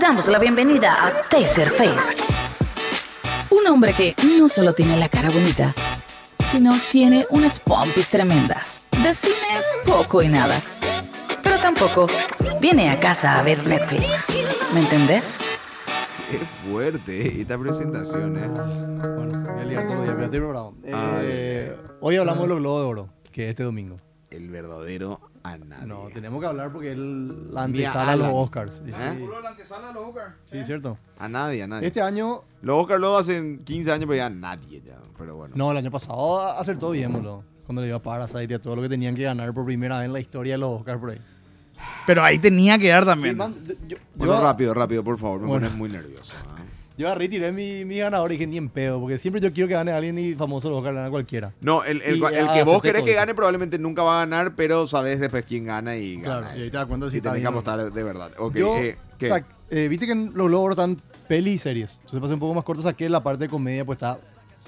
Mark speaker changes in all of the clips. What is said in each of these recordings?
Speaker 1: Damos la bienvenida a Taserface. Un hombre que no solo tiene la cara bonita, sino tiene unas pompis tremendas. De cine poco y nada. Pero tampoco viene a casa a ver Netflix. ¿Me entendés?
Speaker 2: Qué fuerte esta presentación, ¿eh?
Speaker 3: Bueno, voy a liar todo el día, pero estoy preparado.
Speaker 2: Ay,
Speaker 3: Eh, hoy hablamos de los Globos de Oro, que es este domingo.
Speaker 2: El verdadero a nadie.
Speaker 3: No, tenemos que hablar porque es el- la
Speaker 2: Mira,
Speaker 3: antesala a los
Speaker 2: Alan.
Speaker 3: Oscars. Y
Speaker 2: ¿Eh?
Speaker 3: Sí,
Speaker 4: ¿Eh?
Speaker 3: sí, cierto.
Speaker 2: A nadie, a
Speaker 4: Ah,
Speaker 2: nadie.
Speaker 3: Este año,
Speaker 2: Los Oscar luego hacen 15 años, pero ya nadie ya. Pero bueno.
Speaker 3: no, el año pasado acertó bien, boludo. Cuando le dio a Parasite y a todo lo que tenían que ganar por primera vez en la historia de los Oscars por ahí.
Speaker 4: Pero ahí tenía que dar
Speaker 3: Sí,
Speaker 4: también.
Speaker 3: man, yo, yo-
Speaker 2: Bueno,
Speaker 3: yo-
Speaker 2: rápido, rápido, por favor. Me
Speaker 3: Bueno.
Speaker 2: pones muy nervioso. ¿ah?
Speaker 3: yo ya retiré mi, mi ganador y dije ni en pedo, porque siempre yo quiero que gane alguien y famoso los Oscars, gana cualquiera.
Speaker 2: No, el, el-
Speaker 3: Y,
Speaker 2: el
Speaker 3: ah,
Speaker 2: que vos
Speaker 3: acepté
Speaker 2: querés que
Speaker 3: todo.
Speaker 2: gane probablemente nunca va a ganar, pero sabes después quién gana y gana.
Speaker 3: Claro, y ahí
Speaker 2: ese.
Speaker 3: te das cuenta
Speaker 2: Y
Speaker 3: si está
Speaker 2: tenés que
Speaker 3: bien o no.
Speaker 2: apostar de verdad. Ok,
Speaker 3: Yo,
Speaker 2: eh, ¿qué?
Speaker 3: sac- eh, viste que en los Globos de Oro están peli y series. Entonces pasé un poco más corto, saqué la parte de comedia, pues está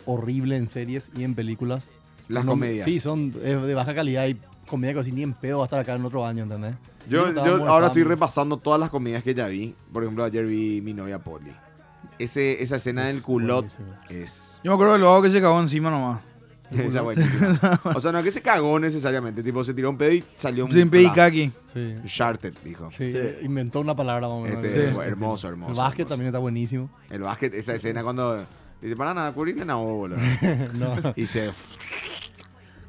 Speaker 3: horrible en series y en películas.
Speaker 2: Las
Speaker 3: No-
Speaker 2: comedias.
Speaker 3: Sí, son eh, de baja calidad y comedia que así ni en pedo va a estar acá en otro año, ¿entendés? Y
Speaker 2: Yo,
Speaker 3: estaba
Speaker 2: yo
Speaker 3: muy
Speaker 2: ahora
Speaker 3: fan.
Speaker 2: estoy repasando todas las comedias que ya vi. Por ejemplo, ayer vi mi novia Polly. Ese, esa escena del culot
Speaker 3: buenísimo.
Speaker 2: es.
Speaker 4: Yo me acuerdo del vago que se cagó encima nomás.
Speaker 2: Esa buenísima. O sea, no es que se cagó necesariamente. Tipo, se tiró un pedo y salió un.
Speaker 4: Sin
Speaker 2: fla-
Speaker 4: pedicaki.
Speaker 3: Sí.
Speaker 2: Sharted, dijo.
Speaker 3: Sí, inventó una palabra. más o menos.
Speaker 2: Este,
Speaker 3: Sí.
Speaker 2: hermoso, hermoso,
Speaker 3: El básquet
Speaker 2: hermoso.
Speaker 3: también está buenísimo.
Speaker 2: El básquet, esa escena cuando. Dice, para nada, cubrirle no, boludo.
Speaker 3: No.
Speaker 2: Y se.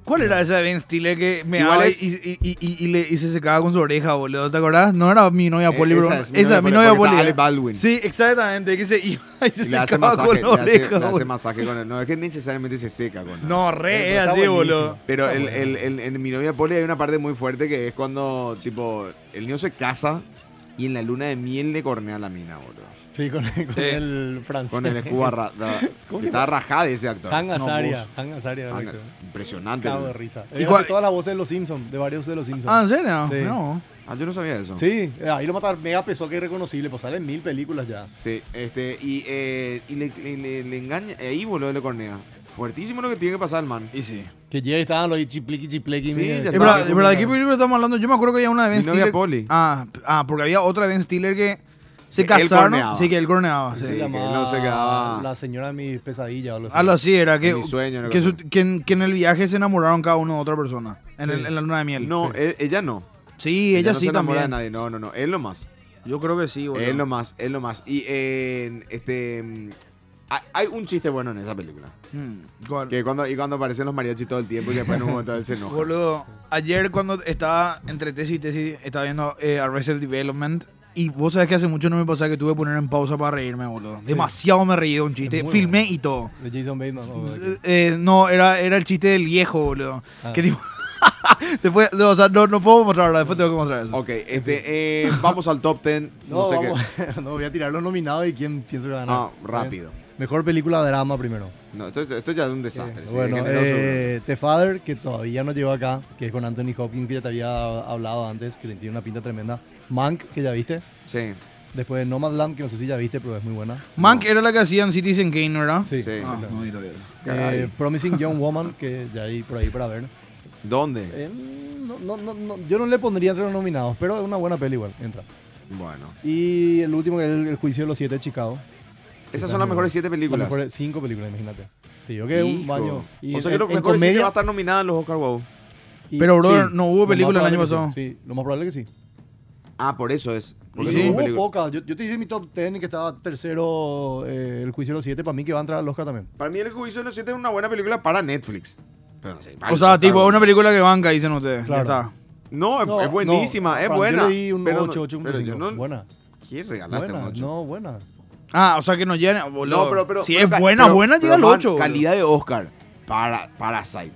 Speaker 4: ¿Cuál era esa de Ben Stiller que me
Speaker 2: Igual
Speaker 4: habla
Speaker 2: es-
Speaker 4: y, y- y- y- y le, y se secaba con su oreja, boludo? ¿Te acordás? No era mi novia
Speaker 2: Eh,
Speaker 4: Poli,
Speaker 2: esa
Speaker 4: bro.
Speaker 2: es Mi
Speaker 4: Esa,
Speaker 2: novia
Speaker 4: mi
Speaker 2: Polly,
Speaker 4: novia
Speaker 2: porque
Speaker 4: Poli.
Speaker 2: está Ale
Speaker 4: eh.
Speaker 2: Baldwin.
Speaker 4: Sí, exactamente. Que se iba y se
Speaker 2: Y le hace
Speaker 4: secaba
Speaker 2: masaje,
Speaker 4: con
Speaker 2: le
Speaker 4: la
Speaker 2: hace,
Speaker 4: oreja,
Speaker 2: le hace
Speaker 4: boludo.
Speaker 2: masaje con él. No, es que necesariamente se seca con él.
Speaker 4: No, re,
Speaker 3: Eh, pero está
Speaker 4: así,
Speaker 3: buenísimo.
Speaker 4: boludo.
Speaker 2: Pero el, el- el- en mi novia Poli hay una parte muy fuerte que es cuando, tipo, el niño se casa y en la luna de miel le cornea a la mina, boludo.
Speaker 3: Sí, con, con el francés.
Speaker 2: Con el escudo ra- ra-
Speaker 3: ¿Cómo se
Speaker 2: Estaba rajada ese actor.
Speaker 3: Han
Speaker 2: No,
Speaker 3: Azaria.
Speaker 2: vos.
Speaker 3: Han Azaria.
Speaker 2: Han-
Speaker 3: exacto.
Speaker 2: Impresionante.
Speaker 3: Cago de
Speaker 2: Ah,
Speaker 3: risa.
Speaker 4: ¿Y
Speaker 3: Él
Speaker 4: cuál-
Speaker 3: hace todas las voces de los Simpsons, de varios de los Simpsons.
Speaker 4: Ah, ¿en serio?
Speaker 3: Sí.
Speaker 4: No.
Speaker 2: Ah, yo no sabía eso.
Speaker 3: Sí, eh, ahí lo mata mega pesó que es reconocible, pues salen mil películas ya.
Speaker 2: Sí, este, y, eh, y le, le- le- le engaña, eh, ahí boludo le cornea. Fuertísimo lo que tiene que pasar el man.
Speaker 4: Y sí.
Speaker 3: Que llega y estaban los chipliqui chipliqui.
Speaker 2: Sí,
Speaker 3: mira.
Speaker 2: ya
Speaker 4: Es
Speaker 2: está.
Speaker 4: verdad, es verdad, ¿de qué película estamos hablando? Yo me acuerdo que había una de Ben
Speaker 2: Mi novia
Speaker 4: Stiller.
Speaker 2: Polly.
Speaker 4: Ah, ah, porque había otra de Ben Stiller que se
Speaker 2: Que él corneaba.
Speaker 4: casaron. Sí, que él corneaba.
Speaker 2: Sí,
Speaker 4: Sí.
Speaker 3: Se llamaba
Speaker 2: que no se quedaba. Ah,
Speaker 3: La señora de mis pesadillas o algo así.
Speaker 4: Algo así era, que,
Speaker 2: En mi sueño, una
Speaker 4: que,
Speaker 2: cosa
Speaker 4: su- que en, que en el viaje se enamoraron cada uno de otra persona. En, el- en la luna de miel.
Speaker 2: No,
Speaker 4: sí,
Speaker 2: e- ella no.
Speaker 4: Sí, ella
Speaker 2: no
Speaker 4: sí
Speaker 2: se enamora
Speaker 4: también.
Speaker 2: de nadie. No, no, no. Él lo más.
Speaker 4: Yo creo que sí, boludo.
Speaker 2: Él lo más, él lo más. Y en este. mm, hay- Hay un chiste bueno en esa película.
Speaker 4: Mm, ¿cuál?
Speaker 2: Que cuando, y cuando aparecen los mariachis todo el tiempo y que después en un momento él se enoja.
Speaker 4: Boludo, ayer cuando estaba entre tesis y tesis, estaba viendo eh, Arrested Development. Y vos sabés que hace mucho no me pasaba que tuve que poner en pausa para reírme, boludo. Demasiado me reí de un chiste.
Speaker 3: muy
Speaker 4: Filmé
Speaker 3: bueno.
Speaker 4: y todo.
Speaker 3: De Jason Bateman. o de-
Speaker 4: Eh, eh, no, era, era el chiste del viejo, boludo.
Speaker 3: Ah.
Speaker 4: Que tipo. después, no, o sea, no, no puedo mostrarla, después tengo que mostrar eso.
Speaker 2: Ok, este, eh, vamos al top 10. No,
Speaker 3: No,
Speaker 2: sé
Speaker 3: vamos-
Speaker 2: qué.
Speaker 3: no, voy a tirar los nominados y quién pienso que va a ganar. Eh,
Speaker 2: Ah, rápido.
Speaker 3: Mejor película drama primero.
Speaker 2: No, esto, esto ya es un desastre. sí,
Speaker 3: bueno,
Speaker 2: de género
Speaker 3: eh, The Father, que todavía no llegó acá, que es con Anthony Hopkins, que ya te había hablado antes, que tiene una pinta tremenda. Mank, que ya viste.
Speaker 2: seguro.
Speaker 3: Después Nomadland, que no sé si ya viste, pero es muy buena.
Speaker 4: Mank era la que hacían Citizen Kane, ¿verdad?
Speaker 3: Sí.
Speaker 2: Sí.
Speaker 4: Ah,
Speaker 3: exactamente.
Speaker 4: no vi todavía eso.
Speaker 2: Caray.
Speaker 3: Eh, Promising Young Woman, que ya hay por ahí para ver.
Speaker 2: Sí. ¿Dónde?
Speaker 3: Eh, no, no, no, no, yo no le pondría entre los nominados, pero es una buena peli igual, entra.
Speaker 2: Bueno.
Speaker 3: Y el último que es el, el juicio de los siete de Chicago.
Speaker 2: Esas son las mejores siete
Speaker 3: Las
Speaker 2: películas.
Speaker 3: mejores cinco películas, imagínate. Sí, yo que un
Speaker 2: Hijo.
Speaker 3: baño. Y
Speaker 2: o sea,
Speaker 3: en-
Speaker 2: que lo
Speaker 3: en
Speaker 2: mejor siete va a
Speaker 3: comedia-
Speaker 2: estar nominada en los Oscar Wow.
Speaker 3: y-
Speaker 4: Pero, brother, no hubo
Speaker 3: lo más
Speaker 4: película el año
Speaker 3: probable que
Speaker 4: pasado.
Speaker 3: Sí, Sí, lo más probable que sí.
Speaker 2: Ah, por eso es. Porque
Speaker 3: Y
Speaker 2: no hubo
Speaker 3: hubo
Speaker 2: película.
Speaker 3: pocas. Yo, yo te hice mi top ten que estaba tercero eh, el juicio de los siete. Para mí que va a entrar al Oscar también.
Speaker 2: Para mí, El Juicio de los Siete es una buena película para Netflix. Pero no sé,
Speaker 4: O
Speaker 2: vale,
Speaker 4: sea,
Speaker 2: Oscar
Speaker 4: tipo,
Speaker 2: Wow.
Speaker 4: una película que banca, dicen ustedes.
Speaker 3: Claro.
Speaker 4: Ya está.
Speaker 2: No, es-
Speaker 3: No,
Speaker 2: es buenísima,
Speaker 3: no,
Speaker 2: es
Speaker 3: Fran,
Speaker 2: buena.
Speaker 3: Yo le di un
Speaker 2: pero no-
Speaker 3: 8,
Speaker 2: pero yo
Speaker 3: 8.5.
Speaker 2: no-
Speaker 3: buena.
Speaker 2: ¿Quién regalaste
Speaker 3: Buena,
Speaker 2: un 8?
Speaker 3: no, buena.
Speaker 4: Ah, o sea que no llega, boludo.
Speaker 2: No, pero, pero-
Speaker 4: si
Speaker 2: pero ca-
Speaker 4: es buena,
Speaker 2: pero-
Speaker 4: buena,
Speaker 2: pero,
Speaker 4: llega al
Speaker 2: man,
Speaker 4: 8.
Speaker 2: Calidad de Oscar para Parasite.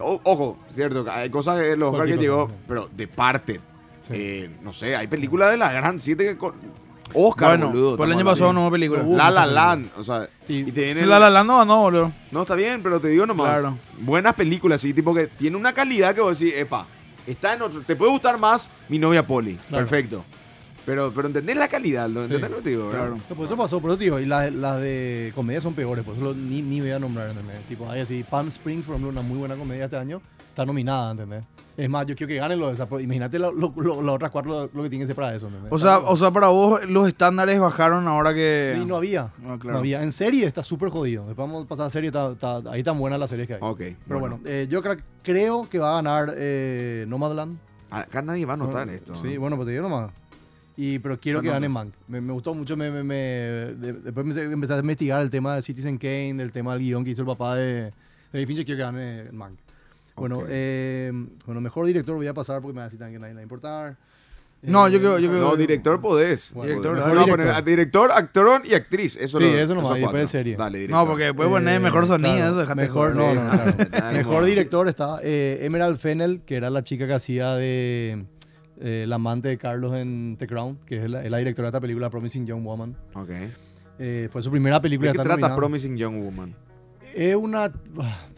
Speaker 2: O- ojo, cierto, hay cosas de los Oscar que
Speaker 3: Cualquier
Speaker 2: llegó,
Speaker 3: cosa, sí.
Speaker 2: pero de parte.
Speaker 3: Sí.
Speaker 2: eh, no sé, hay películas de la gran 7 que. con- Oscar,
Speaker 4: Bueno,
Speaker 2: boludo.
Speaker 4: por el año
Speaker 2: estamos
Speaker 4: pasado
Speaker 2: hablando.
Speaker 4: no hubo película.
Speaker 3: No hubo.
Speaker 2: Uh, La La
Speaker 3: muchas
Speaker 2: Land, o sea, y,
Speaker 3: Y-
Speaker 2: te viene el-
Speaker 4: La La Land no ganó, boludo.
Speaker 2: No está bien, pero te digo nomás.
Speaker 4: Claro.
Speaker 2: Buenas películas, sí, tipo que tiene una calidad que vos decís, epa, está en otro. Te puede gustar más mi novia Polly.
Speaker 3: Claro.
Speaker 2: Perfecto. Pero, pero entendés la calidad, ¿lo entendés lo que te digo? verdad?
Speaker 4: Claro.
Speaker 3: No, por eso pasó, por eso te digo, y las, las de comedia son peores, por eso lo- ni, ni voy a nombrar, ¿entendés? Tipo, hay así, Palm Springs, por ejemplo, una muy buena comedia este año, está nominada, ¿entendés? Es más, yo quiero que ganen los de esa, pero imagínate lo- lo- lo- las otras cuatro lo, lo que tienen que ser para eso. ¿entendés?
Speaker 4: O sea, o sea, para vos los estándares bajaron ahora que...
Speaker 3: Y no había.
Speaker 4: No,
Speaker 3: No,
Speaker 4: Ah, claro.
Speaker 3: había. En serie está súper jodido. Después vamos a pasar a serie. está- está- ahí están buenas las series que hay.
Speaker 2: Ok,
Speaker 3: Pero
Speaker 2: bueno.
Speaker 3: bueno, eh, yo cra- creo que va a ganar eh, Nomadland.
Speaker 2: Acá nadie va a notar
Speaker 3: Bueno,
Speaker 2: esto.
Speaker 3: Sí, bueno, pues te digo nomás. Y, pero quiero
Speaker 2: Yo
Speaker 3: que
Speaker 2: no-
Speaker 3: gane Mank. Me, me gustó mucho. Me, me- me- de- después me- empecé a investigar el tema de Citizen Kane, del tema del guión que hizo el papá de, de David Fincher. Quiero que gane Mank. Bueno,
Speaker 2: Ok.
Speaker 3: eh, bueno, mejor director voy a pasar porque me va a decir también que nadie le va a importar.
Speaker 4: No, yo
Speaker 3: Eh,
Speaker 4: creo- yo creo-
Speaker 2: No, director podés.
Speaker 3: Bueno,
Speaker 2: Podés.
Speaker 3: mejor
Speaker 2: Yo voy a
Speaker 3: director.
Speaker 2: poner a director, actor y actriz. Eso
Speaker 3: Sí,
Speaker 2: lo,
Speaker 3: eso nomás, y después
Speaker 2: cuatro.
Speaker 3: de serie.
Speaker 2: Dale, director.
Speaker 4: No, porque después poner mejor
Speaker 3: eh,
Speaker 4: sonido,
Speaker 3: claro,
Speaker 4: eso dejate de
Speaker 3: mejor,
Speaker 4: joder.
Speaker 3: no, no, claro.
Speaker 2: Está
Speaker 3: Mejor
Speaker 2: como-
Speaker 3: director está eh, Emerald Fennel, que era la chica que hacía de eh, la amante de Carlos en The Crown, que es la, es la directora de esta película, Promising Young Woman.
Speaker 2: Ok.
Speaker 3: Eh, fue su primera película.
Speaker 2: ¿De qué
Speaker 3: está
Speaker 2: trata
Speaker 3: nominada.
Speaker 2: Promising Young Woman?
Speaker 3: Es una...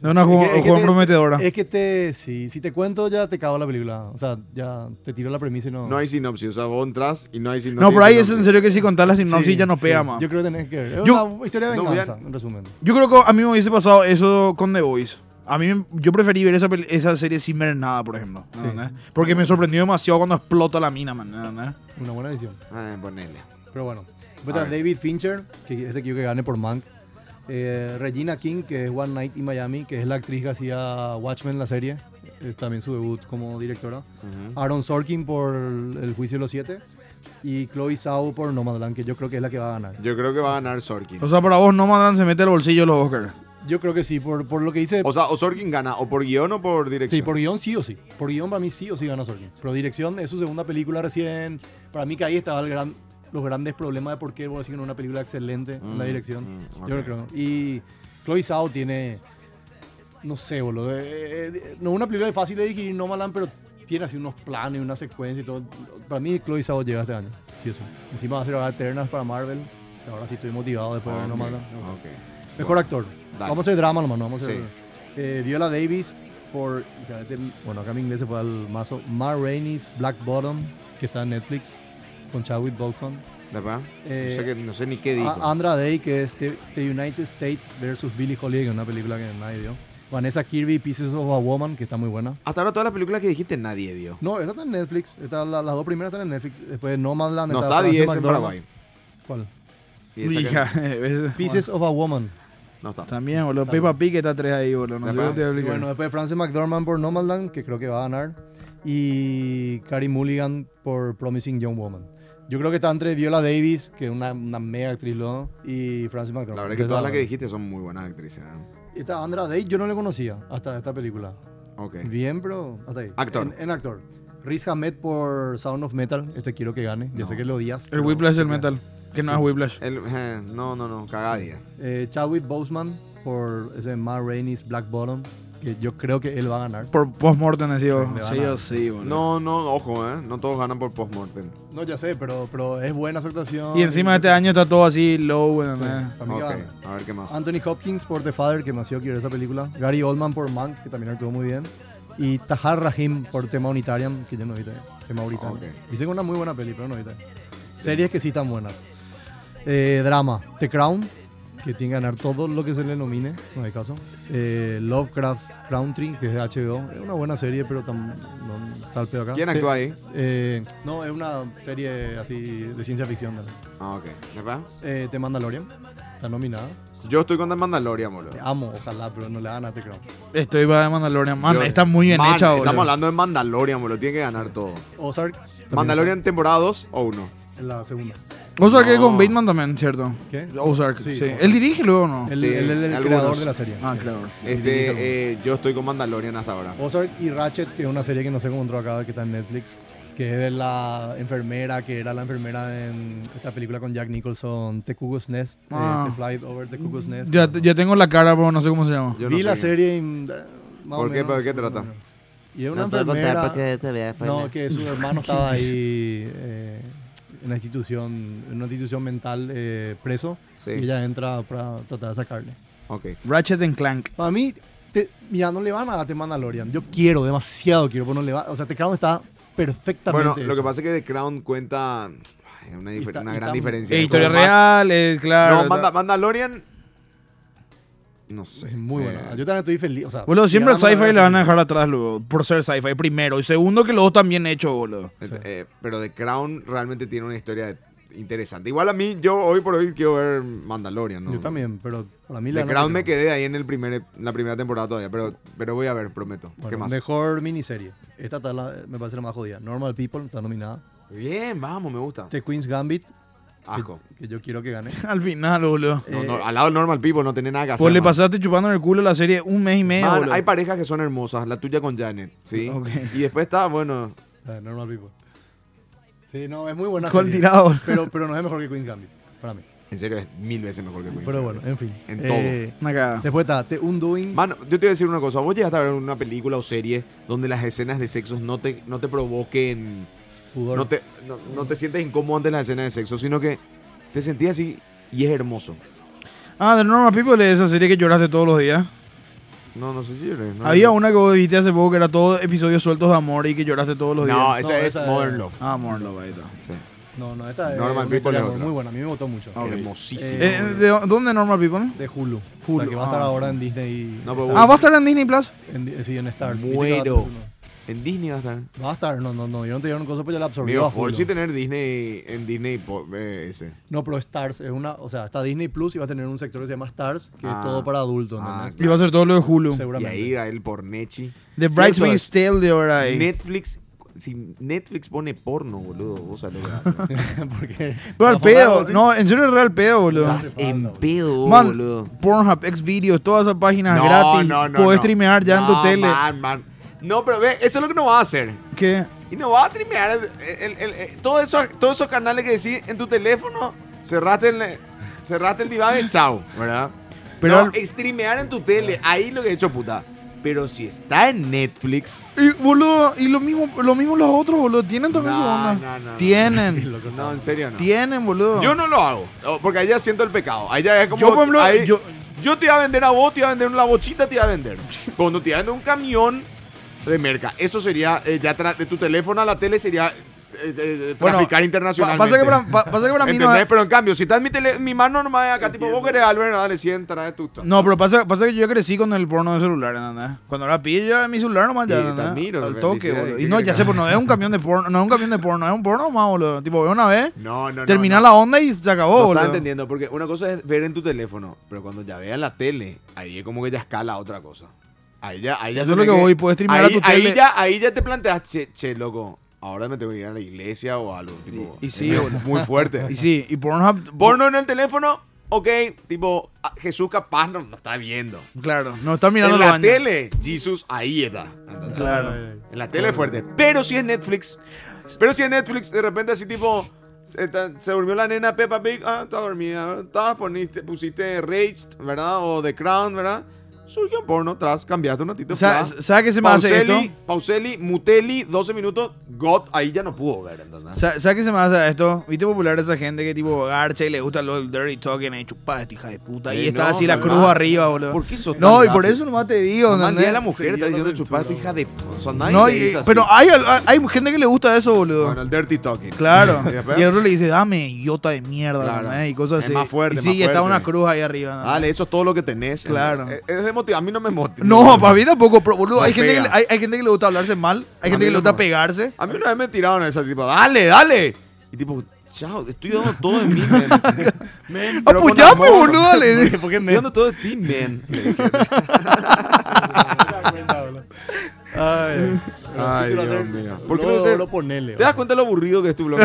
Speaker 4: No, una
Speaker 3: es
Speaker 4: ju-
Speaker 3: que- es que
Speaker 4: joven
Speaker 3: te-
Speaker 4: prometedora.
Speaker 3: Es que te... Si, si te cuento ya te cago la película. O sea, ya te tiro la premisa y no...
Speaker 2: No hay sinopsis, o sea, vos entras y no hay sinopsis.
Speaker 4: No, por ahí es
Speaker 2: sinopsis.
Speaker 4: en serio que si contás la sinopsis
Speaker 3: Sí,
Speaker 4: ya no pega
Speaker 3: sí.
Speaker 4: más. Yo,
Speaker 3: Yo creo que tenés que ver. Es
Speaker 4: Yo-
Speaker 3: una historia de
Speaker 2: no, voy a-
Speaker 3: venganza, en resumen.
Speaker 4: creo que a mí me hubiese pasado eso con The Voice. A mí, me- yo preferí ver esa, peli- esa serie sin ver nada, por ejemplo. ¿entendés? Porque me sorprendió demasiado cuando explota la mina, man. ¿entendés?
Speaker 3: Una buena edición.
Speaker 2: Ah, ponele.
Speaker 3: Pero bueno. Después
Speaker 2: A
Speaker 3: está
Speaker 2: ver.
Speaker 3: David Fincher, que este quiero que gane por Mank. Eh, Regina King, que es One Night in Miami, que es la actriz que hacía Watchmen la serie. Es también su debut como directora.
Speaker 2: Ujú.
Speaker 3: Aaron Sorkin por El Juicio de los Siete. Y Chloe Zhao por Nomadland, que yo creo que es la que va a ganar.
Speaker 2: Yo creo que va a ganar Sorkin.
Speaker 4: O sea, para vos no mandan, se mete al bolsillo los Oscars.
Speaker 3: Yo creo que sí, por, por lo que dice.
Speaker 2: O sea, o Sorkin gana, o por guión o por dirección.
Speaker 3: Sí, por guión sí o sí. Por guión para mí sí o sí gana Sorkin. Pero dirección es su segunda película recién. Para mí que ahí estaba el gran, los grandes problemas de por qué voy a decir que no es una película excelente en la
Speaker 2: Mm,
Speaker 3: dirección.
Speaker 2: mm,
Speaker 3: Yo
Speaker 2: ok.
Speaker 3: creo. Y Chloe Zhao tiene, no sé, boludo. eh, eh, eh, no es una película fácil de dirigir, no malan, pero tiene así unos planes, una secuencia y todo. Para mí Chloe Zhao llega este año. Sí o sí. Encima va a ser ahora Eternas para Marvel. Ahora sí estoy motivado después de ver No
Speaker 2: Ah, Ok,
Speaker 3: Malan.
Speaker 2: ok.
Speaker 3: Mejor actor.
Speaker 2: Dale.
Speaker 3: Vamos a hacer drama, hermano. Vamos a hacer.
Speaker 2: Sí.
Speaker 3: Eh, Viola Davis por. hija de- Bueno, acá mi inglés se fue al mazo. Ma Rainey's Black Bottom, que está en Netflix, con Chadwick Boseman.
Speaker 2: ¿De verdad?
Speaker 3: Eh,
Speaker 2: no,
Speaker 3: ah,
Speaker 2: sé que- no sé ni qué dijo.
Speaker 3: A- Andra Day, que es The, The United States versus Billie Holiday, que es una película que nadie vio. Vanessa Kirby, Pieces of a Woman, que está muy buena.
Speaker 2: Hasta ahora todas las películas que dijiste nadie vio.
Speaker 3: No, esta está en Netflix. Esta- la- las dos primeras están en Netflix. Después Nomadland.
Speaker 2: No, está
Speaker 3: Frances
Speaker 2: 10 en
Speaker 3: McDormand.
Speaker 2: Paraguay.
Speaker 3: ¿Cuál?
Speaker 2: Y esa que-
Speaker 4: Hija, eh,
Speaker 3: Pieces of a Woman.
Speaker 2: No está.
Speaker 4: También, boludo. Peppa Pig está tres ahí, boludo. No sé
Speaker 2: Ajá.
Speaker 4: cómo te voy a
Speaker 3: Y
Speaker 4: explicar.
Speaker 3: bueno, después Frances McDormand por Nomadland, que creo que va a ganar. Y Carey Mulligan por Promising Young Woman. Yo creo que está entre Viola Davis, que es una, una mega actriz, ¿no? Y Frances McDormand.
Speaker 2: La verdad es que todas las que
Speaker 3: Entonces,
Speaker 2: dijiste son muy buenas actrices. ¿eh?
Speaker 3: Esta Andra Day yo no la conocía hasta esta película.
Speaker 2: Ok.
Speaker 3: Bien, pero hasta ahí.
Speaker 2: Actor.
Speaker 3: En, en actor. Riz Ahmed por Sound of Metal. Este quiero que gane. Ya
Speaker 2: No.
Speaker 3: sé que lo odias.
Speaker 4: El
Speaker 3: pero-
Speaker 4: Whiplash del metal. Que no es Whiplash.
Speaker 2: El- eh, no, no, no, cagadía.
Speaker 3: Eh, Chadwick Boseman por ese Ma Rainey's Black Bottom, que yo creo que él va a ganar.
Speaker 4: Por post-mortem, así, o-
Speaker 3: le van
Speaker 4: sí
Speaker 3: a-
Speaker 4: o sí, boludo.
Speaker 2: No, no, ojo, ¿eh? No todos ganan por postmortem.
Speaker 3: No, ya sé, pero, pero es buena su actuación.
Speaker 4: Y encima de este año está todo así low, ¿entendés?
Speaker 3: Para
Speaker 2: Ah,
Speaker 3: mí
Speaker 2: Ok,
Speaker 3: que va a ganar.
Speaker 2: a ver qué más.
Speaker 3: Pues, Anthony Hopkins por The Father, que me hacía quiero esa película. Gary Oldman por Mank, que también actuó muy bien. Y Tahar Rahim por Tema Unitarian, que yo no vi todavía. Tema Unitarian.
Speaker 2: Ok.
Speaker 3: Dice que es una muy buena peli, pero no vi todavía. Series que sí están buenas. Eh, drama, The Crown, que tiene que ganar todo lo que se le nomine, no hay caso. Eh, Lovecraft Country, que es de HBO. Es una buena serie, pero tam- no está al pedo acá.
Speaker 2: ¿Quién
Speaker 3: Te-
Speaker 2: actúa ahí?
Speaker 3: eh, no, es una serie así de ciencia ficción. también.
Speaker 2: Ah, ok. ¿Después?
Speaker 3: Eh, The Mandalorian, está nominada.
Speaker 2: Yo estoy con The Mandalorian, boludo.
Speaker 3: Te amo, ojalá, pero no le dan a The Crown.
Speaker 4: Estoy para de Mandalorian. Man,
Speaker 2: Yo-
Speaker 4: está muy bien
Speaker 2: Man,
Speaker 4: hecha, boludo.
Speaker 2: Estamos hablando de Mandalorian, boludo. Tiene que ganar todo.
Speaker 3: Ozark.
Speaker 2: ¿Mandalorian temporada 2 o 1?
Speaker 3: La segunda.
Speaker 4: Ozark es con
Speaker 2: No.
Speaker 4: Bateman también, ¿cierto?
Speaker 3: ¿Qué?
Speaker 4: Ozark, sí.
Speaker 3: Sí, Ozark.
Speaker 4: ¿Él dirige luego o no?
Speaker 3: El,
Speaker 2: Sí,
Speaker 3: el- el- el
Speaker 2: algunos.
Speaker 3: creador de la serie.
Speaker 4: Ah,
Speaker 3: Sí.
Speaker 4: claro.
Speaker 3: dirige algunos.
Speaker 2: Este, eh, yo estoy con Mandalorian hasta ahora.
Speaker 3: Ozark y Ratchet, que es una serie que no se encontró acá, que está en Netflix. Que es de la enfermera, que era la enfermera en esta película con Jack Nicholson, The Cuckoo's Nest, eh,
Speaker 4: Ah.
Speaker 3: The Flight Over The Cuckoo's Nest.
Speaker 4: Ya, ya tengo la cara, pero no sé cómo se llama.
Speaker 2: Yo no
Speaker 3: Vi
Speaker 2: sé
Speaker 3: la
Speaker 2: qué.
Speaker 3: serie y... mm, eh, más o
Speaker 2: ¿Por qué?
Speaker 3: menos,
Speaker 2: ¿Pero qué
Speaker 3: sí,
Speaker 2: trata?
Speaker 3: más o menos. Y es una enfermera...
Speaker 2: Ah, pues
Speaker 3: No, que su hermano estaba ahí eh, en una institución, en una institución mental eh, preso.
Speaker 2: Sí.
Speaker 3: Y ella entra para tratar de sacarle.
Speaker 2: Ok.
Speaker 4: Ratchet and Clank.
Speaker 3: Para mí, te- mira, no le van a dar The Mandalorian. Yo quiero, demasiado quiero, pero no le va. O sea, The Crown está perfectamente.
Speaker 2: Bueno, lo que
Speaker 3: hecho.
Speaker 2: pasa es que The Crown cuenta ay, una, difer-
Speaker 3: está-
Speaker 2: una
Speaker 3: y
Speaker 2: gran
Speaker 3: está-
Speaker 2: diferencia.
Speaker 4: Eh,
Speaker 2: Es
Speaker 4: historia
Speaker 2: como más-
Speaker 4: real, eh, claro.
Speaker 2: No, Manda- Mandalorian No sé.
Speaker 3: Es muy
Speaker 2: Eh,
Speaker 3: buena. Yo también estoy feliz. O sea,
Speaker 4: Boludo, siempre al
Speaker 3: llegando la-
Speaker 4: sci-fi le van a dejar atrás, luego. Por ser sci-fi primero. Y segundo, que los dos están bien hechos, boludo.
Speaker 2: eh,
Speaker 3: Sí.
Speaker 2: eh, pero The Crown realmente tiene una historia interesante. Igual a mí, yo hoy por hoy quiero ver Mandalorian, ¿no?
Speaker 3: Yo también, pero para mí
Speaker 2: The
Speaker 3: gana
Speaker 2: Crown
Speaker 3: The
Speaker 2: me quedé ahí en el primer, ep- la primera temporada todavía, pero, pero voy a ver, prometo. ¿Qué
Speaker 3: Bueno,
Speaker 2: más?
Speaker 3: Mejor miniserie. Esta está la- me parece la más jodida. Normal People está nominada.
Speaker 2: Bien, vamos, me gusta.
Speaker 3: The Queen's Gambit,
Speaker 2: Ah. Asco.
Speaker 3: que, que yo quiero que gane.
Speaker 4: Al final, boludo.
Speaker 2: No,
Speaker 3: Eh,
Speaker 2: no, al lado de Normal People no tenés nada que hacer.
Speaker 4: Pues le
Speaker 2: man.
Speaker 4: pasaste chupando en el culo la serie un mes y medio,
Speaker 2: Man,
Speaker 4: boludo.
Speaker 2: hay parejas que son hermosas, la tuya con Janet, ¿sí?
Speaker 4: Ok.
Speaker 2: Y después está, bueno,
Speaker 3: Ah, Normal People. Sí, no, es muy buena.
Speaker 4: Col
Speaker 3: serie,
Speaker 4: tirado.
Speaker 3: Pero, pero no es mejor que Queen's Gambit, para mí.
Speaker 2: en serio es mil veces mejor que Queen.
Speaker 3: Pero bueno, en fin. Eh,
Speaker 2: En
Speaker 4: Una cagada.
Speaker 3: Después está The Undoing.
Speaker 2: Mano, yo te voy a decir una cosa. ¿Vos llegaste a ver una película o serie donde las escenas de sexo no te, no te provoquen.
Speaker 3: Pudor.
Speaker 2: No te, no, no te sientes incómodo ante las escenas de sexo, sino que te sentías así y es hermoso.
Speaker 4: Ah, The Normal People es esa serie que lloraste todos los días.
Speaker 2: No, no sé si lloré, no,
Speaker 4: Había
Speaker 2: no.
Speaker 4: una que vos dijiste hace poco que era todo episodios sueltos de amor y que lloraste todos los días.
Speaker 2: No, esa
Speaker 3: No,
Speaker 2: es
Speaker 3: esa es-
Speaker 2: Modern Love.
Speaker 4: Ah, amor, lo ahí está.
Speaker 2: Sí.
Speaker 3: No, no, esta es
Speaker 2: Normal
Speaker 3: una
Speaker 2: People
Speaker 3: historia
Speaker 2: es otra.
Speaker 3: muy buena. A mí me gustó mucho.
Speaker 4: Ah, ok.
Speaker 2: Hermosísimo.
Speaker 4: Eh, ¿de dó- dónde Normal People?
Speaker 3: De Hulu.
Speaker 4: Hulu,
Speaker 3: O sea, que va a estar
Speaker 4: ah.
Speaker 3: ahora en Disney.
Speaker 2: No, pero
Speaker 3: Star-
Speaker 2: bueno.
Speaker 4: Ah, ¿va a estar en Disney Plus?
Speaker 3: en, eh, sí, en Stars.
Speaker 2: Muero.
Speaker 3: Viste que va a estar
Speaker 2: En Disney va a estar.
Speaker 3: Hulu. Va a estar, no, no, no. Yo no te dieron cosas, pues ya la absorbí.
Speaker 2: Digo, Forchi tener Disney en Disney po- eh, ese.
Speaker 3: No, pero Stars es una. O sea, está Disney Plus y va a tener un sector que se llama Stars, que
Speaker 2: Ah.
Speaker 3: es todo para adultos.
Speaker 2: Ah,
Speaker 3: ¿entendés?
Speaker 2: claro.
Speaker 4: Y va a ser todo lo de Hulu.
Speaker 2: Y
Speaker 3: Seguramente.
Speaker 2: ahí da el pornechi.
Speaker 4: The
Speaker 2: Cierto
Speaker 4: Bridesmaid's
Speaker 2: es,
Speaker 4: Tale de ahora ahí.
Speaker 2: Netflix. Si Netflix pone porno, boludo, vos sabés lo que hace.
Speaker 3: Porque.
Speaker 4: Pero al
Speaker 3: Vamos a hablar
Speaker 4: pedo.
Speaker 3: así.
Speaker 4: No, en serio es real pedo, boludo.
Speaker 2: Estás en pedo,
Speaker 4: Man,
Speaker 2: boludo.
Speaker 4: Pornhub, Xvideos, todas esas páginas gratis. Podés streamear ya en tu
Speaker 2: No,
Speaker 4: tele.
Speaker 2: man, man. No, pero ve, eso es lo que no va a hacer.
Speaker 4: ¿Qué?
Speaker 2: Y no va a streamear. el- el- el- el- todo eso, todos esos canales que decís en tu teléfono, cerraste el, cerraste el diván chao, ¿verdad? Pero
Speaker 4: Pero al-
Speaker 2: streamear en tu tele, ahí lo que he hecho puta. Pero si está en Netflix,
Speaker 4: Y, boludo, y lo mismo, lo mismo los otros, boludo. Tienen también
Speaker 2: No,
Speaker 4: su onda.
Speaker 2: no, no, no.
Speaker 4: tienen.
Speaker 2: no, en serio no.
Speaker 4: Tienen, boludo.
Speaker 2: Yo no lo hago, o- porque ahí ya siento el pecado. Ahí ya es como.
Speaker 4: Yo, por ejemplo,
Speaker 2: ahí-
Speaker 4: yo-
Speaker 2: yo te iba a vender a vos, te iba a vender una bochita, te iba a vender. Cuando te iba a vender un camión de merca, eso sería, eh, ya tra- de tu teléfono a la tele sería eh, eh,
Speaker 4: Bueno,
Speaker 2: traficar
Speaker 4: Pa-
Speaker 2: internacionalmente.
Speaker 4: Pasa que para, pa- pasa que para mí no
Speaker 2: ¿Entendés?
Speaker 4: es-
Speaker 2: Pero en cambio, si está en mi, tele, en mi mano nomás acá, tipo, vos querés Albert, dale 100, trae tu.
Speaker 4: No, pero pasa, pasa que yo crecí con el porno de celular, ¿entendés? Cuando ahora pillo yo mi celular nomás ya,
Speaker 2: Sí,
Speaker 4: ¿entendés?
Speaker 2: te admiro,
Speaker 4: Al
Speaker 2: felicidades,
Speaker 4: toque, boludo.
Speaker 2: ¿qué
Speaker 4: Y no,
Speaker 2: querés
Speaker 4: ya
Speaker 2: que
Speaker 4: sé, pero no es un camión de porno, no es un camión de porno, es un porno más, boludo. Tipo, veo una vez,
Speaker 2: No, no, no.
Speaker 4: termina
Speaker 2: no.
Speaker 4: la onda y se acabó,
Speaker 2: No
Speaker 4: boludo.
Speaker 2: estás entendiendo, porque una cosa es ver en tu teléfono, pero cuando ya veas la tele, ahí es como que ya escala a otra cosa. Ahí ya, ahí ya
Speaker 4: Eso es lo
Speaker 2: tenés
Speaker 4: que voy, puedes streamear a
Speaker 2: ahí,
Speaker 4: tu
Speaker 2: ahí
Speaker 4: tele.
Speaker 2: Ya, ahí ya te planteas, che, che, loco, ahora me tengo que ir a la iglesia o algo. Tipo,
Speaker 4: y sí,
Speaker 2: es
Speaker 4: boludo.
Speaker 2: muy fuerte.
Speaker 4: Y sí, y Pornhub.
Speaker 2: Porno en el teléfono, ok, tipo, ah, Jesús capaz no, no está viendo.
Speaker 4: Claro, no está mirando
Speaker 2: en la
Speaker 4: los baños.
Speaker 2: tele, Jesús ahí está. ¿entendés?
Speaker 4: Claro.
Speaker 2: En la tele es fuerte. Pero si es Netflix. Pero si es Netflix, de repente así tipo. Se, ta- se durmió la nena Peppa Pig. Ah, está dormida. Ta, poniste- pusiste Rage, ¿verdad? O The Crown, ¿verdad? Surgió un porno atrás, cambiaste un ratito.
Speaker 4: Sa-
Speaker 2: ¿verdad?
Speaker 4: ¿Sabes qué se me hace
Speaker 2: Ah. Pauseli-
Speaker 4: esto?
Speaker 2: Pauseli, Muteli, 12 minutos. God, ahí ya no pudo ver, ¿entendés?
Speaker 4: Sa- ¿Sabes qué se me hace esto? ¿Viste popular esa gente que tipo garcha y le gusta lo del dirty talking y chupada esta hija de puta? Y
Speaker 2: Eh,
Speaker 4: está
Speaker 2: no,
Speaker 4: así la
Speaker 2: no,
Speaker 4: cruz
Speaker 2: no.
Speaker 4: arriba, boludo.
Speaker 2: ¿Por qué sos
Speaker 4: No,
Speaker 2: tan
Speaker 4: y por
Speaker 2: gráfico?
Speaker 4: eso nomás te digo,
Speaker 2: Nomás el día
Speaker 4: ¿entendés?
Speaker 2: de la mujer está
Speaker 3: Sí,
Speaker 2: diciendo
Speaker 3: no
Speaker 2: chupaste,
Speaker 3: censura,
Speaker 2: hija de. O sea, nadie
Speaker 4: No,
Speaker 2: le
Speaker 4: y-
Speaker 2: dice así.
Speaker 4: pero hay, hay gente que le gusta eso, boludo.
Speaker 2: Bueno, el dirty talking.
Speaker 4: Claro.
Speaker 2: Y después-
Speaker 4: y el otro le dice, dame, idiota de mierda,
Speaker 2: Claro.
Speaker 4: ¿entendés? y cosas
Speaker 2: Es
Speaker 4: así.
Speaker 2: más fuerte,
Speaker 4: y sí,
Speaker 2: más
Speaker 4: y está
Speaker 2: fuerte.
Speaker 4: una cruz ahí arriba. ¿entendés?
Speaker 2: Dale, eso es todo lo que tenés. Eh,
Speaker 4: Claro.
Speaker 2: Es, es de motiva- A mí no me motiva.
Speaker 4: No, para mí tampoco, pero, boludo, hay
Speaker 2: No
Speaker 4: gente, que, le-
Speaker 2: pega.
Speaker 4: hay, hay gente que le gusta hablarse mal, hay
Speaker 2: A
Speaker 4: gente
Speaker 2: mí
Speaker 4: que le
Speaker 2: no
Speaker 4: gusta
Speaker 2: me-
Speaker 4: pegarse.
Speaker 2: A mí una vez me tiraron esa tipo, dale, dale. Y tipo, chao, estoy dando todo de mí, man. Man, pero con
Speaker 4: Apoyame,
Speaker 2: amor.
Speaker 4: boludo, le dije.
Speaker 3: ¿Por qué
Speaker 2: Estoy dando todo de ti, man. Le dije.
Speaker 3: Ay,
Speaker 2: Ay, Dios mío. ¿Por qué no sé?
Speaker 3: lo ponele?
Speaker 2: ¿Te das cuenta lo aburrido que es tu blog?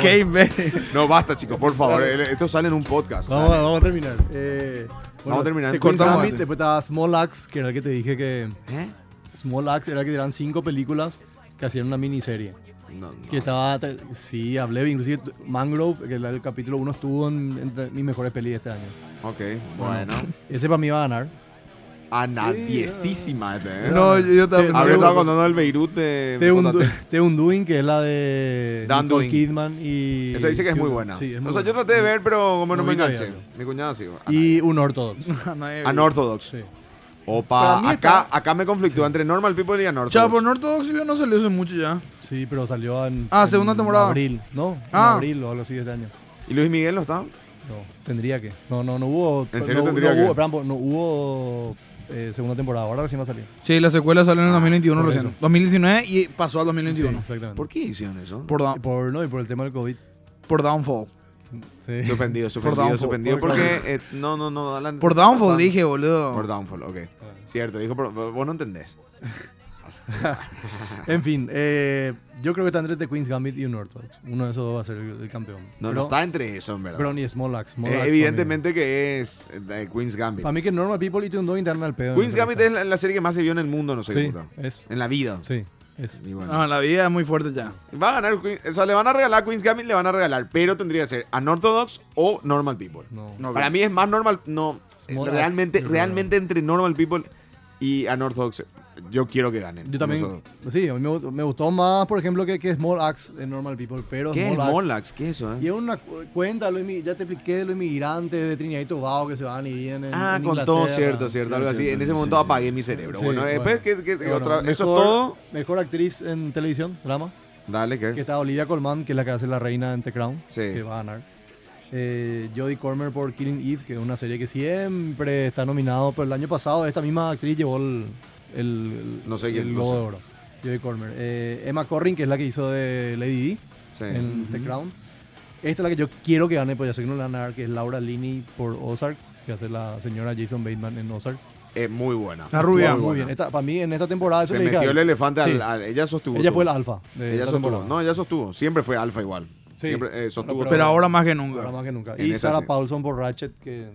Speaker 4: Qué imbécil.
Speaker 2: no, basta, chicos, por favor. eh, Esto sale en un podcast.
Speaker 3: Vamos,
Speaker 2: dale.
Speaker 3: vamos a terminar. Eh,
Speaker 2: Vamos a terminar.
Speaker 3: The Queen's
Speaker 4: Cortamos
Speaker 3: Gambit,
Speaker 4: antes.
Speaker 3: después estaba Small Axe, que era el que te dije que.
Speaker 2: ¿Eh?
Speaker 3: Small Axe era que eran cinco películas que hacían una miniserie.
Speaker 2: No, no.
Speaker 3: Que estaba. te- Sí, hablé, inclusive t- Mangrove, que era el capítulo 1 estuvo en, entre mis mejores pelis de este año.
Speaker 2: Ok, bueno.
Speaker 3: Ese para mí va a ganar.
Speaker 2: A nadiesísima. ¿eh?
Speaker 4: No, yo, yo también.
Speaker 2: Ahora
Speaker 3: te-
Speaker 2: estaba contando el Beirut de.
Speaker 3: The Undu-
Speaker 2: Cotate.
Speaker 3: The Undoing, que es la de
Speaker 2: The
Speaker 3: Nicole
Speaker 2: Undoing.
Speaker 3: Kidman y.
Speaker 2: Esa dice que es muy
Speaker 3: Hugh-
Speaker 2: buena.
Speaker 3: Sí, es muy
Speaker 2: o sea, yo
Speaker 3: buena.
Speaker 2: traté de ver, pero como no,
Speaker 3: No
Speaker 2: me
Speaker 3: vi todavía,
Speaker 2: enganché. Mi cuñada sí.
Speaker 3: Y un ortodox.
Speaker 4: Nadie-
Speaker 2: Ah, Unorthodox.
Speaker 3: Sí.
Speaker 2: Opa,
Speaker 3: Para mí
Speaker 2: acá,
Speaker 3: está- pues,
Speaker 2: acá me conflictúa entre Normal People y Unorthodox.
Speaker 4: Chavo, en Ortodox yo no salió hace mucho ya.
Speaker 3: Sí, pero salió en.
Speaker 4: Ah,
Speaker 3: en
Speaker 4: segunda temporada.
Speaker 3: Abril, ¿no? En
Speaker 4: Ah.
Speaker 3: abril o algo así de este año.
Speaker 2: ¿Y Luis Miguel no está?
Speaker 3: No, tendría que. No, no, no hubo.
Speaker 2: ¿En serio
Speaker 3: no,
Speaker 2: tendría
Speaker 3: no
Speaker 2: que?
Speaker 3: Hubo, por ejemplo, no hubo eh, segunda temporada, ahora recién va a salir.
Speaker 4: Sí, la secuela salió en el 2021
Speaker 3: por
Speaker 4: recién.
Speaker 3: eso.
Speaker 4: 2019 y pasó al
Speaker 3: Sí,
Speaker 4: 2021.
Speaker 3: exactamente.
Speaker 2: ¿Por qué hicieron eso?
Speaker 4: Por,
Speaker 3: Y
Speaker 4: down-
Speaker 3: Por, no, y por el tema del COVID.
Speaker 4: por Downfall.
Speaker 3: Sí.
Speaker 2: Suspendido, suspendido,
Speaker 4: Downfall.
Speaker 2: suspendido.
Speaker 3: Por-
Speaker 2: porque eh, no, no, no. adelante.
Speaker 4: Por Downfall
Speaker 2: Pasando.
Speaker 4: dije, boludo.
Speaker 2: Por Downfall, ok.
Speaker 3: Ah.
Speaker 2: Cierto, dijo, pero vos no entendés.
Speaker 3: En fin, eh, yo creo que está entre The Queen's Gambit y Unorthodox. Uno de esos dos va a ser el, el campeón.
Speaker 2: No,
Speaker 3: Pero-
Speaker 2: no está entre eso, en verdad.
Speaker 3: Pero ni Smollax.
Speaker 2: Eh,
Speaker 3: Smollax para mí.
Speaker 2: evidentemente que es eh, de Queen's Gambit.
Speaker 3: Para mí que Normal People y Tune 2 interna al pedo.
Speaker 2: Queen's Gambit es la, la serie que más se vio en el mundo, no sé,
Speaker 3: Sí,
Speaker 2: puta.
Speaker 3: es.
Speaker 2: En la vida.
Speaker 3: Sí, es.
Speaker 2: Y bueno.
Speaker 4: No, la vida es muy fuerte ya.
Speaker 2: Va a ganar, Queen- o sea, le van a regalar a Queen's Gambit, le van a regalar, pero tendría que ser Unorthodox o Normal People.
Speaker 3: No.
Speaker 4: No,
Speaker 2: Para
Speaker 4: ves.
Speaker 2: mí es más normal, no, eh,
Speaker 3: Small
Speaker 2: realmente,
Speaker 3: Axe, yo
Speaker 2: realmente entre Normal People y Unorthodox, yo quiero que ganen.
Speaker 3: Yo también.
Speaker 2: Nosotros.
Speaker 3: Sí, a mí me, gustó- me gustó más, por ejemplo, que, que Small Axe en Normal People. Pero
Speaker 2: ¿Qué es
Speaker 3: Small Axe-
Speaker 2: Molax? ¿Qué es eso? eh?
Speaker 3: Y es una cu- cuenta, los inmi- ya te expliqué de los inmigrantes de Trinidad y Tobago que se van y vienen.
Speaker 2: Ah,
Speaker 3: en
Speaker 2: con todo,
Speaker 3: Inglaterra.
Speaker 2: cierto, cierto, algo así. En ese momento apagué mi cerebro.
Speaker 3: Sí,
Speaker 2: bueno, después,
Speaker 3: bueno.
Speaker 2: ¿qué- qué- qué
Speaker 3: Bueno,
Speaker 2: otra- eso es
Speaker 3: mejor-
Speaker 2: todo.
Speaker 3: Mejor actriz en televisión, drama.
Speaker 2: Dale,
Speaker 3: Que
Speaker 2: ¿qué?
Speaker 3: está Olivia Colman, que es la que hace la reina en The Crown.
Speaker 2: Sí.
Speaker 3: Que va a ganar. Eh, Jodie Cormer por Killing Eve, que es una serie que siempre está nominado. Pero el año pasado esta misma actriz llevó el, el,
Speaker 2: No sé
Speaker 3: el
Speaker 2: quién, no
Speaker 3: Globo
Speaker 2: sé.
Speaker 3: de Oro. Jodie Cormer. Eh, Emma Corrin, que es la que hizo de Lady Di
Speaker 2: Sí.
Speaker 3: en The Crown. Esta es la que yo quiero que gane, pues ya sé que no la van a dar, que es Laura Linney por Ozark, que hace la señora Jason Bateman en Ozark.
Speaker 2: Es muy buena.
Speaker 4: La rubia.
Speaker 2: Muy
Speaker 3: Muy
Speaker 2: buena.
Speaker 3: bien. Esta- para mí en esta temporada eso
Speaker 2: Se
Speaker 3: le dije a
Speaker 2: metió el
Speaker 3: él.
Speaker 2: elefante
Speaker 3: Sí.
Speaker 2: al, al- Ella sostuvo.
Speaker 3: Ella
Speaker 2: todo.
Speaker 3: fue la alfa. de
Speaker 2: Ella
Speaker 3: esta
Speaker 2: sostuvo.
Speaker 3: temporada.
Speaker 2: No, ella sostuvo. Siempre fue alfa igual.
Speaker 3: Sí.
Speaker 2: Siempre eh, sostuvo
Speaker 3: No,
Speaker 4: Pero
Speaker 2: todo.
Speaker 4: ahora más que
Speaker 3: Ahora más
Speaker 4: nunca.
Speaker 3: que nunca.
Speaker 2: En
Speaker 3: Y
Speaker 2: esta
Speaker 3: Sarah
Speaker 2: sí.
Speaker 3: Paulson por Ratchet, que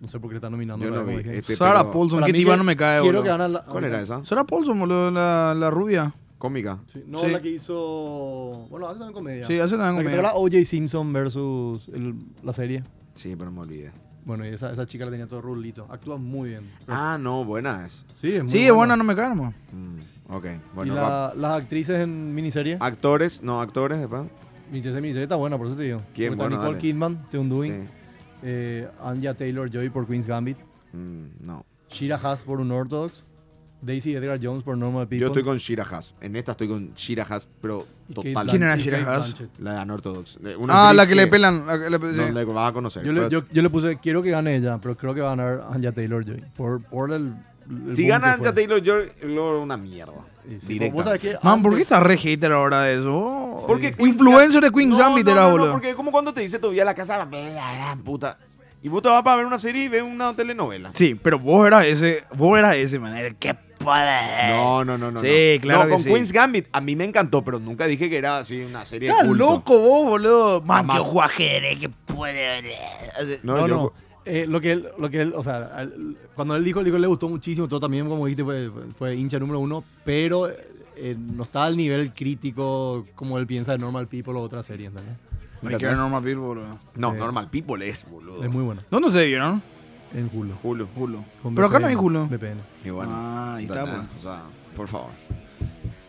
Speaker 3: no sé por qué le están nominando.
Speaker 2: Yo
Speaker 3: la
Speaker 2: no
Speaker 3: verdad,
Speaker 2: vi.
Speaker 3: como dije.
Speaker 2: Este,
Speaker 4: Sarah
Speaker 2: pero-
Speaker 4: Paulson,
Speaker 3: Para
Speaker 4: qué
Speaker 3: mí
Speaker 4: tiba
Speaker 3: que
Speaker 4: no me cae,
Speaker 3: Quiero
Speaker 4: boludo.
Speaker 3: que gane la-
Speaker 2: ¿Cuál era esa?
Speaker 4: Sarah Paulson, boludo, la, la rubia.
Speaker 2: Cómica.
Speaker 3: Sí, no,
Speaker 4: Sí.
Speaker 3: la que hizo. Bueno, hace también comedia.
Speaker 4: Sí, hace también
Speaker 3: La que
Speaker 4: comedia.
Speaker 3: te habla O.J. Simpson versus el- la serie.
Speaker 2: Sí, pero me olvidé.
Speaker 3: Bueno, y esa, esa chica la tenía todo rulito. Actúa muy bien.
Speaker 2: Ah, no, buena es.
Speaker 3: Sí, es muy
Speaker 4: Sí, es buena, no me cae nomás.
Speaker 2: Mm, ok,
Speaker 3: Y
Speaker 2: bueno.
Speaker 3: la-
Speaker 2: va- Ah.
Speaker 3: las actrices en miniserie.
Speaker 2: Actores, no, actores, ¿verdad?
Speaker 3: Mi tercera miniserie está buena, por eso te digo.
Speaker 2: ¿Quién?
Speaker 3: Porque está
Speaker 2: Bueno,
Speaker 3: Nicole
Speaker 2: dale.
Speaker 3: Kidman, The Undoing.
Speaker 2: Sí.
Speaker 3: eh, Anya Taylor-Joy por Queen's Gambit.
Speaker 2: Mm, no.
Speaker 3: Shira Haas por Unorthodox. Daisy Edgar Jones por Normal People.
Speaker 2: Yo estoy con Shira Haas. En esta estoy con Shira Haas, pero
Speaker 3: y Kate
Speaker 2: total.
Speaker 3: Blanchett-
Speaker 4: ¿Quién era
Speaker 3: y
Speaker 4: Shira
Speaker 3: Kate
Speaker 4: Haas?
Speaker 3: Blanchett.
Speaker 2: La anortodoxa. Eh, una
Speaker 4: Ah, la
Speaker 2: actriz
Speaker 4: que le pelan. la que le-
Speaker 2: No
Speaker 4: sí.
Speaker 2: la vas a conocer.
Speaker 3: Yo le,
Speaker 2: pero-
Speaker 3: yo, yo le puse, quiero que gane ella, pero creo que va a ganar Anja Taylor-Joy. Por, por el, el
Speaker 2: si
Speaker 3: boom que
Speaker 2: gana
Speaker 3: fue.
Speaker 2: Anja Taylor Joy, luego una mierda.
Speaker 3: Sí, sí.
Speaker 2: Directa.
Speaker 3: Vos sabés que
Speaker 4: Man, ¿por qué
Speaker 3: antes-
Speaker 4: está re hater ahora de eso?
Speaker 2: Porque Queen's
Speaker 4: Influencer de
Speaker 2: Gambit-
Speaker 4: Queen
Speaker 2: No,
Speaker 4: Gambit
Speaker 2: no,
Speaker 4: era,
Speaker 2: no, no,
Speaker 4: boludo.
Speaker 2: porque como cuando te dice todavía la casa, "Ve la gran puta. Y vos te vas para ver una serie y ves una telenovela.
Speaker 4: Sí, pero vos eras ese, vos eras ese, man. El que puede.
Speaker 2: No, no, no, no.
Speaker 4: Sí,
Speaker 2: no.
Speaker 4: claro
Speaker 2: No,
Speaker 4: que
Speaker 2: con
Speaker 4: sí.
Speaker 2: Queen's Gambit a mí me encantó, pero nunca dije que era así una serie de
Speaker 4: Estás
Speaker 2: culto.
Speaker 4: loco vos, boludo. Man,
Speaker 2: Jamás.
Speaker 4: que juega ajedrez, que puede.
Speaker 2: No,
Speaker 3: No,
Speaker 2: yo-
Speaker 3: no. Eh, lo que él, lo que él, o sea, al- cuando él dijo, el disco le gustó muchísimo, todo también, como dijiste, fue, fue hincha número uno, pero eh, no está al nivel crítico como él piensa de Normal People o otra serie, ¿entendés?
Speaker 4: Me quiero Norma People, boludo.
Speaker 2: No,
Speaker 3: Eh,
Speaker 2: Normal People es, boludo.
Speaker 3: Es muy bueno,
Speaker 4: ¿Dónde te vieron?
Speaker 3: en Hulu.
Speaker 2: Julio.
Speaker 4: Julo.
Speaker 3: Con
Speaker 4: Pero acá no hay
Speaker 3: VPN,
Speaker 4: Julo.
Speaker 3: VPN.
Speaker 2: Y bueno.
Speaker 4: Ah, ahí
Speaker 2: da-
Speaker 4: está, pues.
Speaker 2: O sea, por favor.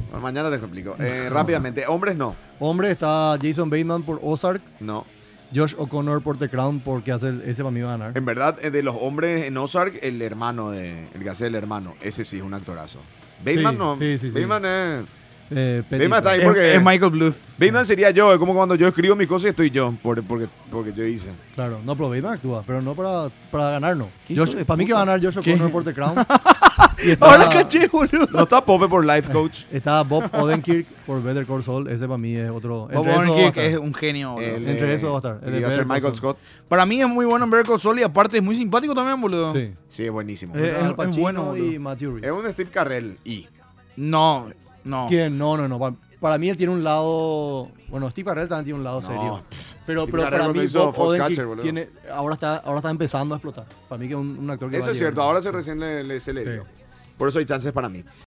Speaker 2: Bueno, mañana te explico. Eh, rápidamente, hombres no.
Speaker 3: Hombre, está Jason Bateman por Ozark,
Speaker 2: No.
Speaker 3: Josh O'Connor por The Crown, porque hace el- ese para mí va a ganar.
Speaker 2: En verdad, eh, de los hombres en Ozark, el hermano de. El que hace el hermano. Ese sí es un actorazo. Bateman
Speaker 3: Sí,
Speaker 2: no.
Speaker 3: sí, sí, sí.
Speaker 2: Bateman es.
Speaker 3: Eh, Petit,
Speaker 2: Bateman está ahí
Speaker 4: Es,
Speaker 2: porque.
Speaker 4: es Michael Bluth.
Speaker 2: Bateman sería yo. Es como cuando yo escribo mis cosas y estoy yo. por- porque, porque yo hice.
Speaker 3: Claro, no, pero Bateman actúa, pero no para, para ganar, no.
Speaker 2: ¿Qué
Speaker 3: Josh-
Speaker 2: hijo de
Speaker 3: para mí que va a ganar Josh O'Connor por The Crown. Y está-
Speaker 4: Ahora Ah, caché, boludo.
Speaker 2: No está Pope por Life Coach.
Speaker 3: Está Bob Odenkirk por Better Call Saul. Ese para mí es otro.
Speaker 4: Bob
Speaker 3: entre esos va a
Speaker 4: Odenkirk
Speaker 3: estar.
Speaker 4: es un genio, boludo.
Speaker 2: El,
Speaker 3: Entre
Speaker 2: eh,
Speaker 3: eso va a estar, el
Speaker 2: y
Speaker 3: de
Speaker 2: va a ser
Speaker 3: Better Call
Speaker 2: Michael
Speaker 3: Saul.
Speaker 2: Scott.
Speaker 4: Para mí es muy bueno en Better Call Saul y aparte es muy simpático también, boludo.
Speaker 3: Sí.
Speaker 2: Sí, es buenísimo.
Speaker 4: Eh,
Speaker 3: Al
Speaker 4: es
Speaker 3: Pacino
Speaker 4: bueno,
Speaker 3: y
Speaker 4: boludo.
Speaker 3: Matthew
Speaker 2: es
Speaker 3: Reeves.
Speaker 2: un Steve Carrell. Y.
Speaker 4: No, no.
Speaker 3: ¿Quién? No, no, no. pa- Para mí él tiene un lado. Bueno, Steve Carell también tiene un lado
Speaker 2: No.
Speaker 3: serio. Pero,
Speaker 2: Steve
Speaker 3: pero
Speaker 2: Carell
Speaker 3: para
Speaker 2: cuando
Speaker 3: mí
Speaker 2: hizo
Speaker 3: Bob
Speaker 2: Foxcatcher,
Speaker 3: Odenkirk
Speaker 2: boludo.
Speaker 3: tiene, ahora, está, ahora está empezando a explotar. Para mí que es un, un actor que va
Speaker 2: Eso
Speaker 3: a
Speaker 2: es
Speaker 3: llegar.
Speaker 2: cierto, ahora se recién le, le- se le dio. Por eso hay chances para mí.